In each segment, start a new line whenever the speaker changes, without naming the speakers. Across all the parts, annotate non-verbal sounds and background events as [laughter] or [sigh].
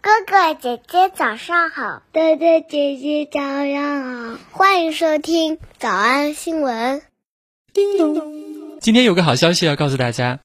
哥哥姐姐早上好，
哥哥姐姐早上好，
欢迎收听早安新闻。
叮咚，今天有个好消息要告诉大家。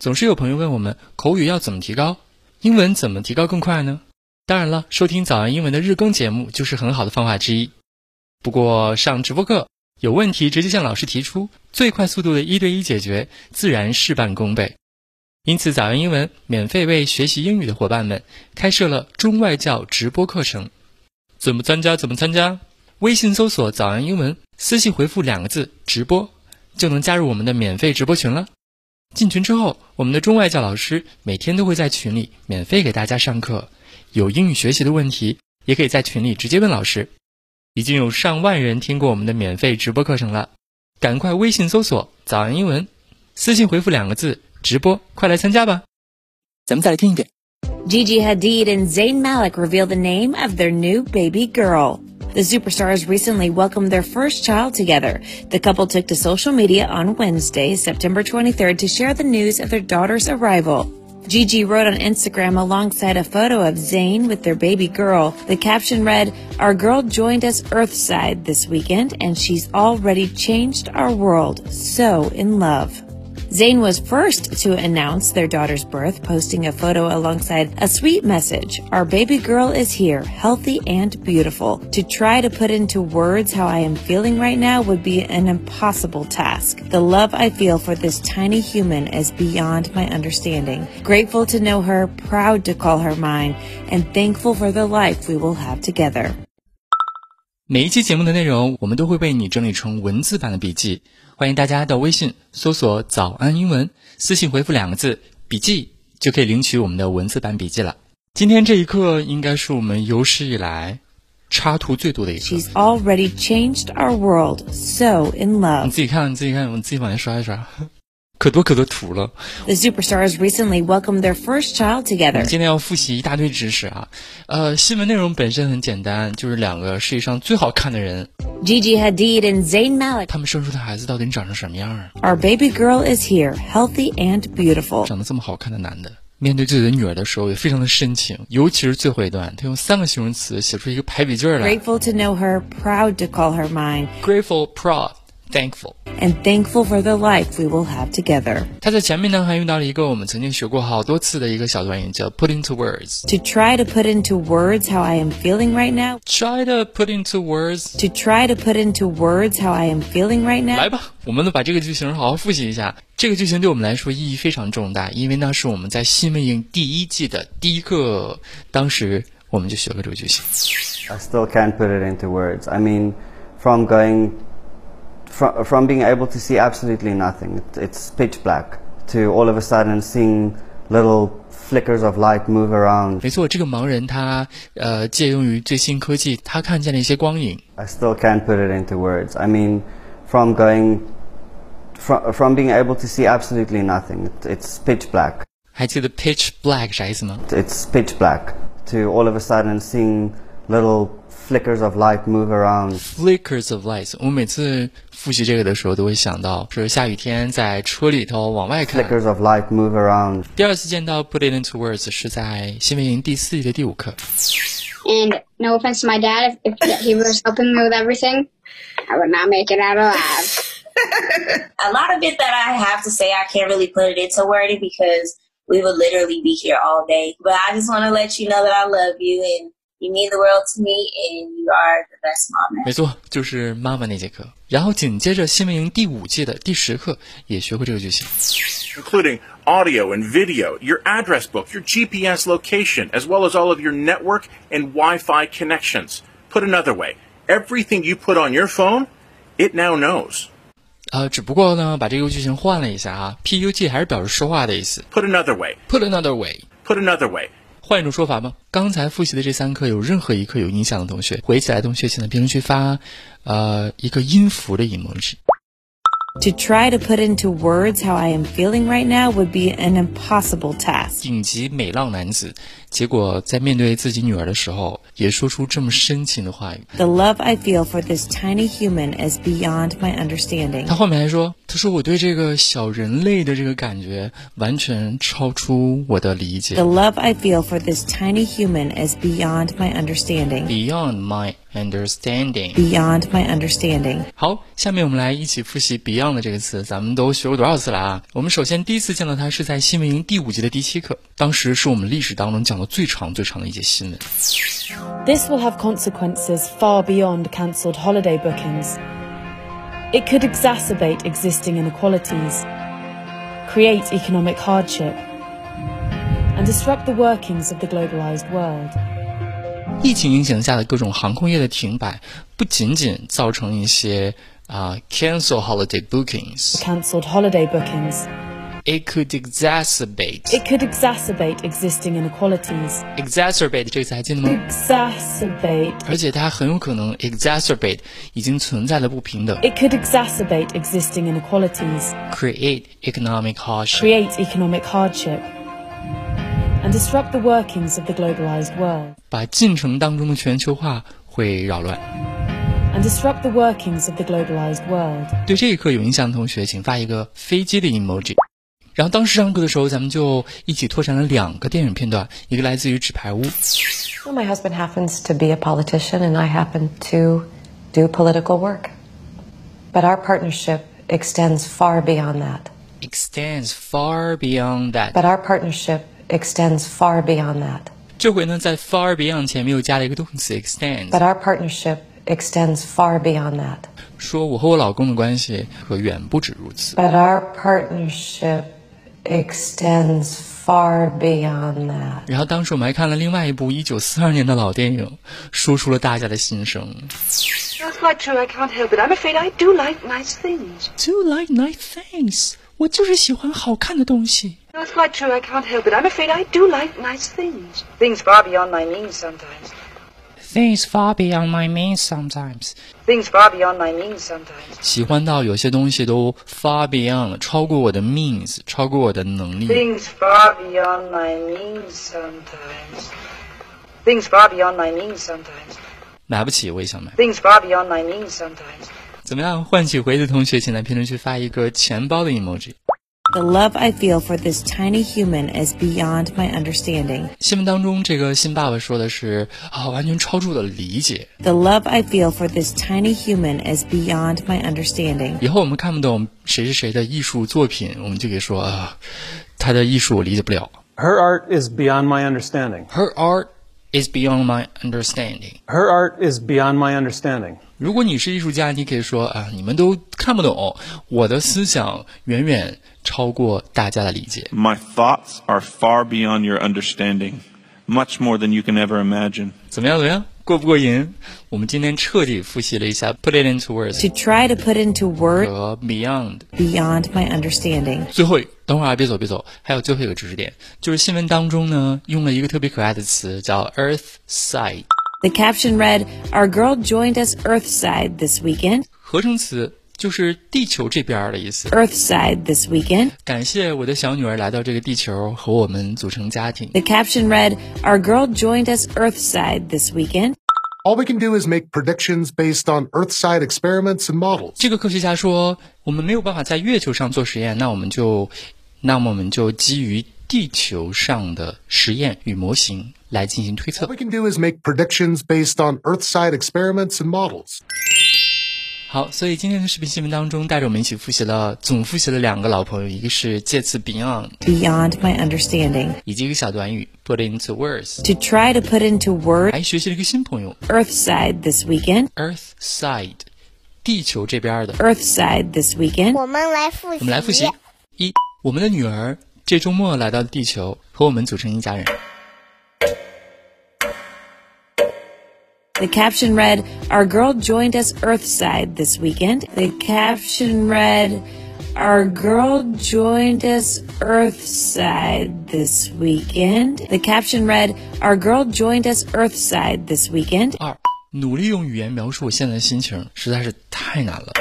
总是有朋友问我们，口语要怎么提高，英文怎么提高更快呢？当然了，收听早安英文的日更节目就是很好的方法之一。不过上直播课，有问题直接向老师提出，最快速度的一对一解决，自然事半功倍。因此，早安英文免费为学习英语的伙伴们开设了中外教直播课程。怎么参加？怎么参加？微信搜索“早安英文”，私信回复两个字“直播”，就能加入我们的免费直播群了。进群之后，我们的中外教老师每天都会在群里免费给大家上课，有英语学习的问题也可以在群里直接问老师。已经有上万人听过我们的免费直播课程了，赶快微信搜索“早安英文”，私信回复两个字“直播”，快来参加吧！咱们再来听一遍。
Gigi Hadid and Zayn Malik reveal the name of their new baby girl. The superstars recently welcomed their first child together. The couple took to social media on Wednesday, September 23rd, to share the news of their daughter's arrival. Gigi wrote on Instagram alongside a photo of Zayn with their baby girl. The caption read, Our girl joined us Earthside this weekend, and she's already changed our world. So in love. Zayn was first to announce their daughter's birth, posting a photo alongside a sweet message. Our baby girl is here, healthy and beautiful. To try to put into words how I am feeling right now would be an impossible task. The love I feel for this tiny human is beyond my understanding. Grateful to know her, proud to call her mine, and thankful for the life we will have together.
每一期节目的内容，我们都会为你整理成文字版的笔记，欢迎大家到微信搜索“早安英文”，私信回复两个字“笔记”，就可以领取我们的文字版笔记了。今天这一课应该是我们有史以来插图最多的一课。
She's already changed our world. So in
你
love.
自己看，你自己看，我自己往下刷一刷， [laughs] 可多可多图了。
The superstars recently welcomed their first child
我
together.
们今天要复习一大堆知识啊。呃，新闻内容本身很简单，就是两个世界上最好看的人，
Gigi Hadid and Zayn Malik.
他们生出的孩子到底长成什么样儿？
Our baby girl is here, healthy and beautiful.
长得这么好看的男的，面对自己的女儿的时候也非常的深情，尤其是最后一段，他用三个形容词写出一个排比句儿来
Grateful to know her, proud to call her mine,
：grateful, proud, thankful。
and thankful for the life we will have together.
他在前面呢还用到了一个我们曾经学过好多次的一个小短语，叫 put into words。
To try to put into words how I am feeling right now.
Try to put into words。
To try to put into words how I am feeling right
来
now.
吧，我们把这个句型好好复习一下。这个句型对我们来说意义非常重大，因为那是我们在新闻营第一季的第一课，当时我们就学了这个句型。
I still can't put it into words. I mean, from going, from, from being able to see absolutely nothing, it, it's pitch black, to all of a sudden seeing little flickers of light move around.
没错，这个盲人他呃借用于最新科技，他看见了一些光影。
I still can't put it into words. I mean, from going, from, from being able to see absolutely nothing, it, it's pitch black,
还记得 pitch black 啥意思吗？
it's pitch black, to all of a sudden seeing little flickers of light move around.
Flickers of lights，我每次复习这个的时候都会想到，是下雨天在车里头往外看。
Flickers of light move around.
第二次见到 put it into words 是在新闻营第四季的第五课。
And no offense to my dad, if, if he was helping me with everything, I would not make it out alive.
a lot of it that I have to say, I can't really put it into wording because we would literally be here all day. But I just want to let you know that I love you and you mean the world to me and you are the best mom.
没错，就是妈妈那节课。然后紧接着新闻营第五届的第十课也学会这个句型。
including audio and video, your address book, your GPS location, as well as all of your network and Wi Fi connections. Put another way, everything you put on your phone, it now knows.
呃，只不过呢，把这个句型换了一下啊，PUG 还是表示说话的意思。
Put another way,
Put another way，
put another way.
换一种说法吧，刚才复习的这三课有任何一课有印象的同学，回起来，同学请在评论区发，呃，一个音符的 emoji。
To try to put into words how I am feeling right now would be an impossible task.
顶级美浪男子，结果在面对自己女儿的时候，也说出这么深情的话语。
The love I feel for this tiny human is beyond my understanding.
他后面还说他说我对这个小人类的这个感觉完全超出我的理解
The love I feel for this tiny human is beyond my understanding.
，beyond my understanding。
Beyond my understanding.
好，下面我们来一起复习 Beyond 这个词，咱们都学过多少次了啊？我们首先第一次见到它是在新闻营第五节的第七课，当时是我们历史当中讲的最长最长的一节新闻。
This will have consequences far beyond cancelled holiday bookings. It could exacerbate existing inequalities, create economic hardship, and disrupt the workings of the globalised world.
疫情影响下的各种航空业的停摆，不仅仅造成一些啊、cancel holiday bookings，it
Cancelled holiday bookings.
could exacerbate
It could exacerbate existing inequalities.
exacerbate 这个词还记得吗？
嗯 Exacerbate.
而且它很有可能 exacerbate 已经存在的不平等
It could exacerbate existing inequalities,
create economic hardship。
create economic hardship, and disrupt the workings of the globalised world.
把进程当中的全球化会扰乱。
and disrupt the workings of the globalized world.
对这一课有印象的同学，请发一个飞机的 emoji。然后当时上课的时候，咱们就一起拓展了两个电影片段，一个来自于《纸牌屋》，
Well, my husband happens to be a politician, and I happen to do political work. But our partnership extends far beyond that.
extends far beyond that。
But our partnership extends far beyond that.
这回呢，在 far beyond 前面又加了一个动词
But
extends，
our partnership extends far beyond that.
说我和我老公的关系可远不止如此。
But our partnership extends far beyond that.
然后当时我们还看了另外一部1942年的老电影，说出了大家的心声。
That's quite true. I can't help it. I'm afraid I do like nice things.
Do like nice things，我就是喜欢好看的东西。
That's quite true. I can't help it. I'm afraid I do like nice things. Things far beyond my means sometimes.
Things far beyond my means sometimes。
Things far beyond my means sometimes.
喜欢到有些东西都 far beyond 了，超过我的 means，超过我的能力。
Things far beyond my means sometimes. Things far beyond my means sometimes.
买不起我也想买。
Things far beyond my means sometimes.
怎么样？唤起回忆的同学，请在评论区发一个钱包的 emoji。
The love I feel for this tiny human is beyond my understanding.
新闻当中，这个新爸爸说的是啊，完全超出我的理解。
The love I feel for this tiny human is beyond my understanding.
以后我们看不懂谁是谁的艺术作品，我们就可以说啊，他的艺术我理解不了。
Her art is beyond my understanding.
Her art is beyond my understanding。
Her art is beyond my understanding.
如果你是艺术家，你可以说啊，你们都看不懂，我的思想远远超过大家的理解。
My thoughts are far beyond your understanding, much more than you can ever imagine.
怎么样？怎么样？过不过瘾？我们今天彻底复习了一下 put it into words
To try to put into word
和 beyond。
beyond my understanding.
最后一，等会儿啊，别走，别走，还有最后一个知识点，就是新闻当中呢用了一个特别可爱的词叫 earth side，
The caption read, Our girl joined us Earthside this weekend.
合成词就是地球这边儿的意思。
Earthside this weekend.
感谢我的小女儿来到这个地球和我们组成家庭。
The caption read, Our girl joined us Earthside this weekend.
All we can do is make predictions based on Earthside experiments and models.
这个科学家说，我们没有办法在月球上做实验，那我们就，那么我们就基于地球上的实验与模型来进行推测
All。we can do is make predictions based on Earthside experiments and models.
好，所以今天的视频新闻当中，带着我们一起复习了，总复习了两个老朋友，一个是介词 beyond，
Beyond my understanding.
以及一个小短语 put into words，
To try to put into word
还学习了一个新朋友
Earthside this weekend.
earth side，地球这边的。
Earthside this weekend.
我们来复习。
我们来复习：一，我们的女儿这周末来到了地球，和我们组成一家人。
The caption read, Our girl joined us Earthside this weekend. The caption read, Our girl joined us Earthside this weekend. The caption read, Our girl joined us Earthside this weekend.
二，努力用语言描述我现在的心情，实在是太难了。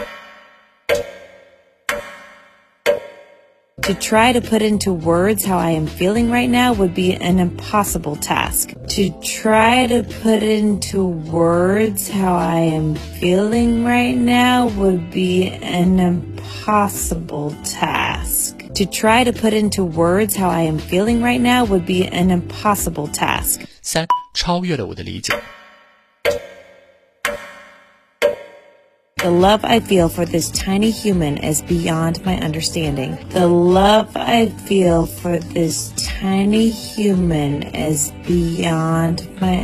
To try to put into words how I am feeling right now would be an impossible task. To try to put into words how I am feeling right now would be an impossible task. To try to put into words how I am feeling right now would be an impossible task.
三超越了我的理解。
The love I feel for this tiny human is beyond my understanding. The love I feel for this tiny human is beyond my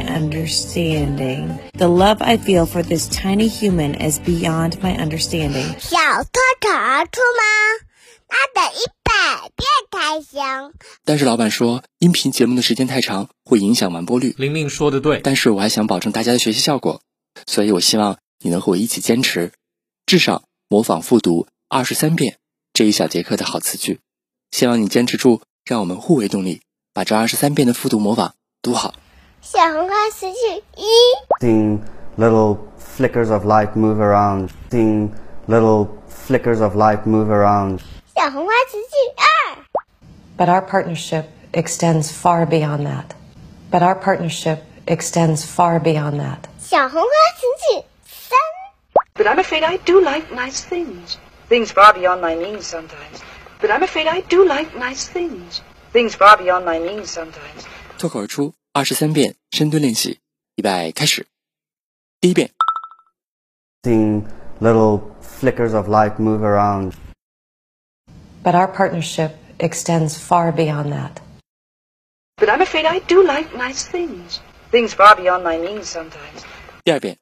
understanding. The love I feel for this tiny human is beyond my understanding.
小兔长出吗？那得一百遍才行。
但是老板说，音频节目的时间太长，会影响完播率。
玲玲说的对，
但是我还想保证大家的学习效果，所以我希望你能和我一起坚持，至少模仿复读二十三遍这一小节课的好词句。希望你坚持住，让我们互为动力，把这二十三遍的复读模仿读好。
小红花词句一，
Seeing little flickers of light move around. Seeing little flickers of light move around.
小红花词句二，
But our partnership extends far beyond that. But our partnership extends far beyond that.
小红花词句三，
But I'm afraid I do like nice things. Things far beyond my means sometimes. But I'm afraid I do like nice things. Things far beyond my means sometimes.
脱口而出二十三遍深蹲练习，预备开始。第一遍，
Seeing little flickers of light move around.
But our partnership extends far beyond that.
But I'm afraid I do like nice things. Things far beyond my means sometimes.
第二遍，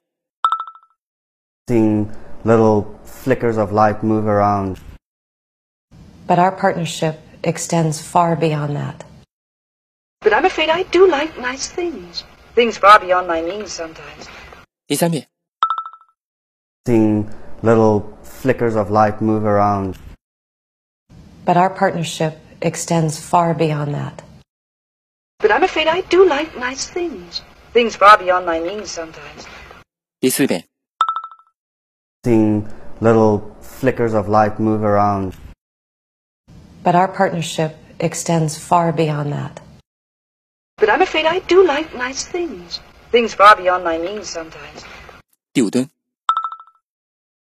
Seeing little flickers of light move around.
But our partnership extends far beyond that.
But I'm afraid I do like nice things. Things far beyond my means sometimes.
第三遍，
Seeing little flickers of light move around.
But our partnership extends far beyond that.
But I'm afraid I do like nice things. Things far beyond my means sometimes.
第四遍，
Seeing little flickers of light move around.
But our partnership extends far beyond that.
But I'm afraid I do like nice things. Things far beyond my means sometimes.
第五蹲，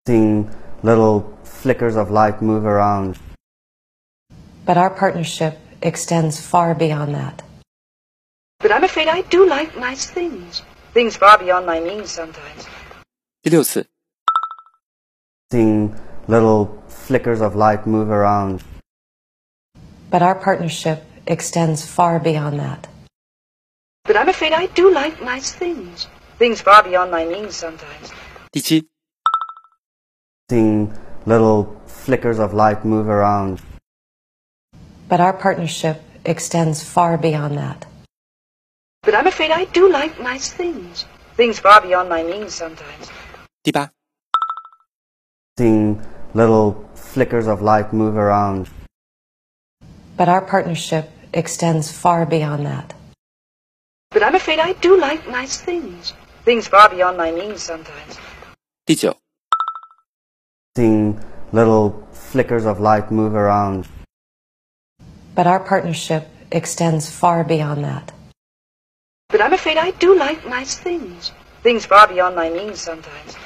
Seeing little flickers of light move around.
But our partnership extends far beyond that.
But I'm afraid I do like nice things. Things far beyond my means sometimes.
第六次，
Seeing little flickers of light move around.
But our partnership extends far beyond that.
But I'm afraid I do like nice things. Things far beyond my means sometimes.
第七，
Seeing little flickers of light move around.
But our partnership extends far beyond that.
But I'm afraid I do like nice things. Things far beyond my means sometimes.
第八，
Seeing little flickers of light move around.
But our partnership extends far beyond that.
But I'm afraid I do like nice things. Things far beyond my means sometimes.
第九，
Seeing little flickers of light move around.
But our partnership extends far beyond that.
But I'm afraid I do like nice things. Things far beyond my means sometimes.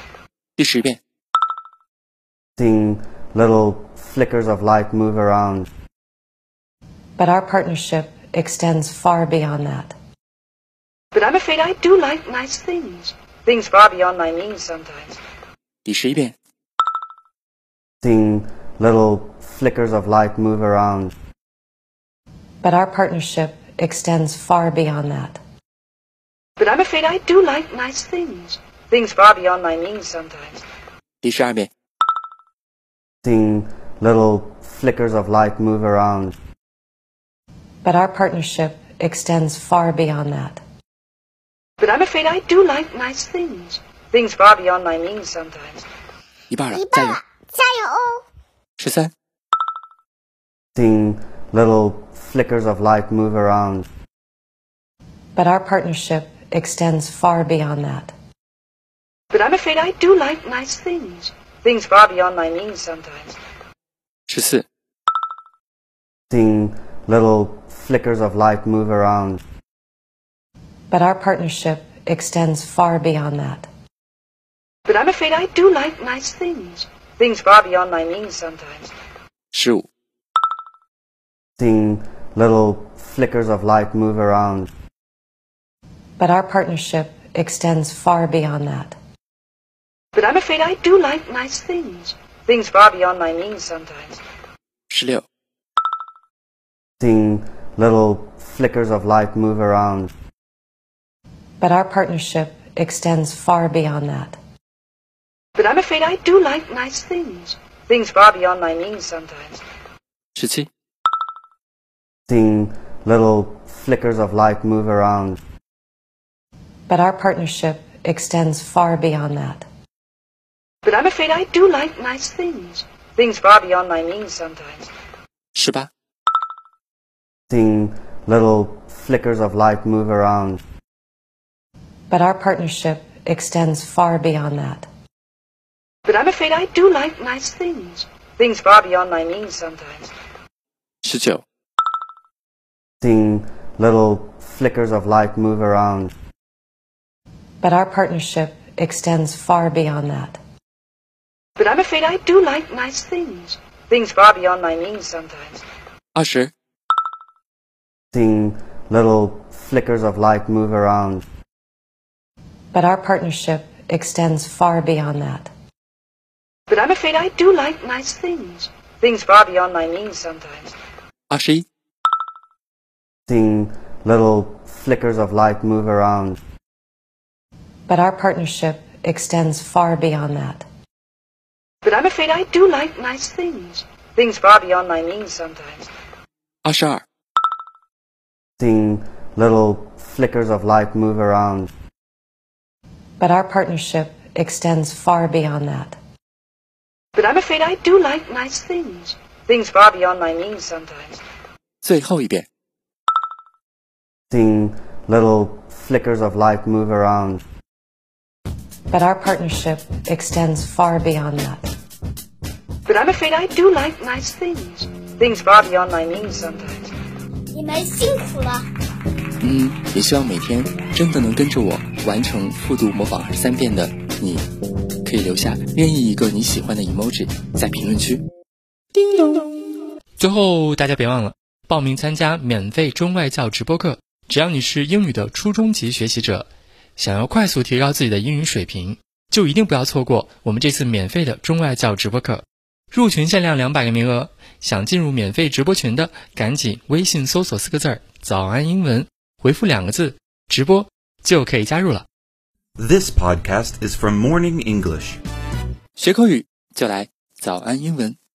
第十遍，
Seeing little flickers of light move around.
But our partnership extends far beyond that.
But I'm afraid I do like nice things. Things far beyond my means sometimes.
第十一遍，
Seeing little flickers of light move around.
But our partnership extends far beyond that.
But I'm afraid I do like nice things. Things far beyond my means sometimes.
第十二遍，
Seeing little flickers of light move around.
But our partnership extends far beyond that.
But I'm afraid I do like nice things. Things far beyond my means sometimes.
一半了
一，
加
半
油
了！，加油哦！
十三、
Seeing little flickers of light move around.
But our partnership extends far beyond that.
But I'm afraid I do like nice things. Things far beyond my means sometimes.
十四、
seeing little flickers of light move around.
But our partnership extends far beyond that.
But I'm afraid I do like nice things. Things far beyond my means sometimes.
十五、
Seeing little flickers of light move around.
But our partnership extends far beyond that.
But I'm afraid I do like nice things. Things far beyond my means sometimes.
十六、
Seeing little flickers of light move around.
But our partnership extends far beyond that.
But I'm afraid I do like nice things. Things far beyond my means sometimes.
十七、
Seeing little flickers of light move around.
But our partnership extends far beyond that.
But I'm afraid I do like nice things. Things far beyond my means sometimes.
十八、
Seeing little flickers of light move around.
But our partnership extends far beyond that.
But I'm afraid I do like nice things. Things far beyond my means sometimes.
十九、
Seeing little flickers of light move around.
But our partnership extends far beyond that.
But I'm afraid I do like nice things. Things far beyond my means sometimes.
二十、
Seeing little flickers of light move around.
But our partnership extends far beyond that.
But I'm afraid I do like nice things. Things far beyond my means sometimes.
二十一、
Seeing little flickers of light move around.
But our partnership extends far beyond that.
But I'm afraid I do like nice things. Things far beyond my means sometimes.
二十二、
Seeing little flickers of light move around.
But our partnership extends far beyond that.
But I'm afraid I do like nice things. Things far beyond my means sometimes.
最后一遍。
Seeing little flickers of light move around.
But our partnership extends far beyond that.
But I'm afraid I do like nice things. Things far beyond my means sometimes.
你们辛苦了。
嗯，也希望每天真的能跟着我完成复读模仿二十三遍的你，可以留下任意一个你喜欢的 emoji 在评论区。
Ding dong.
最后，大家别忘了报名参加免费中外教直播课。只要你是英语的初中级学习者，想要快速提高自己的英语水平，就一定不要错过我们这次免费的中外教直播课。入群限量两百个名额，想进入免费直播群的，赶紧微信搜索四个字儿“早安英文”，回复两个字“直播”就可以加入了。
This podcast is from Morning English.
学口语就来早安英文。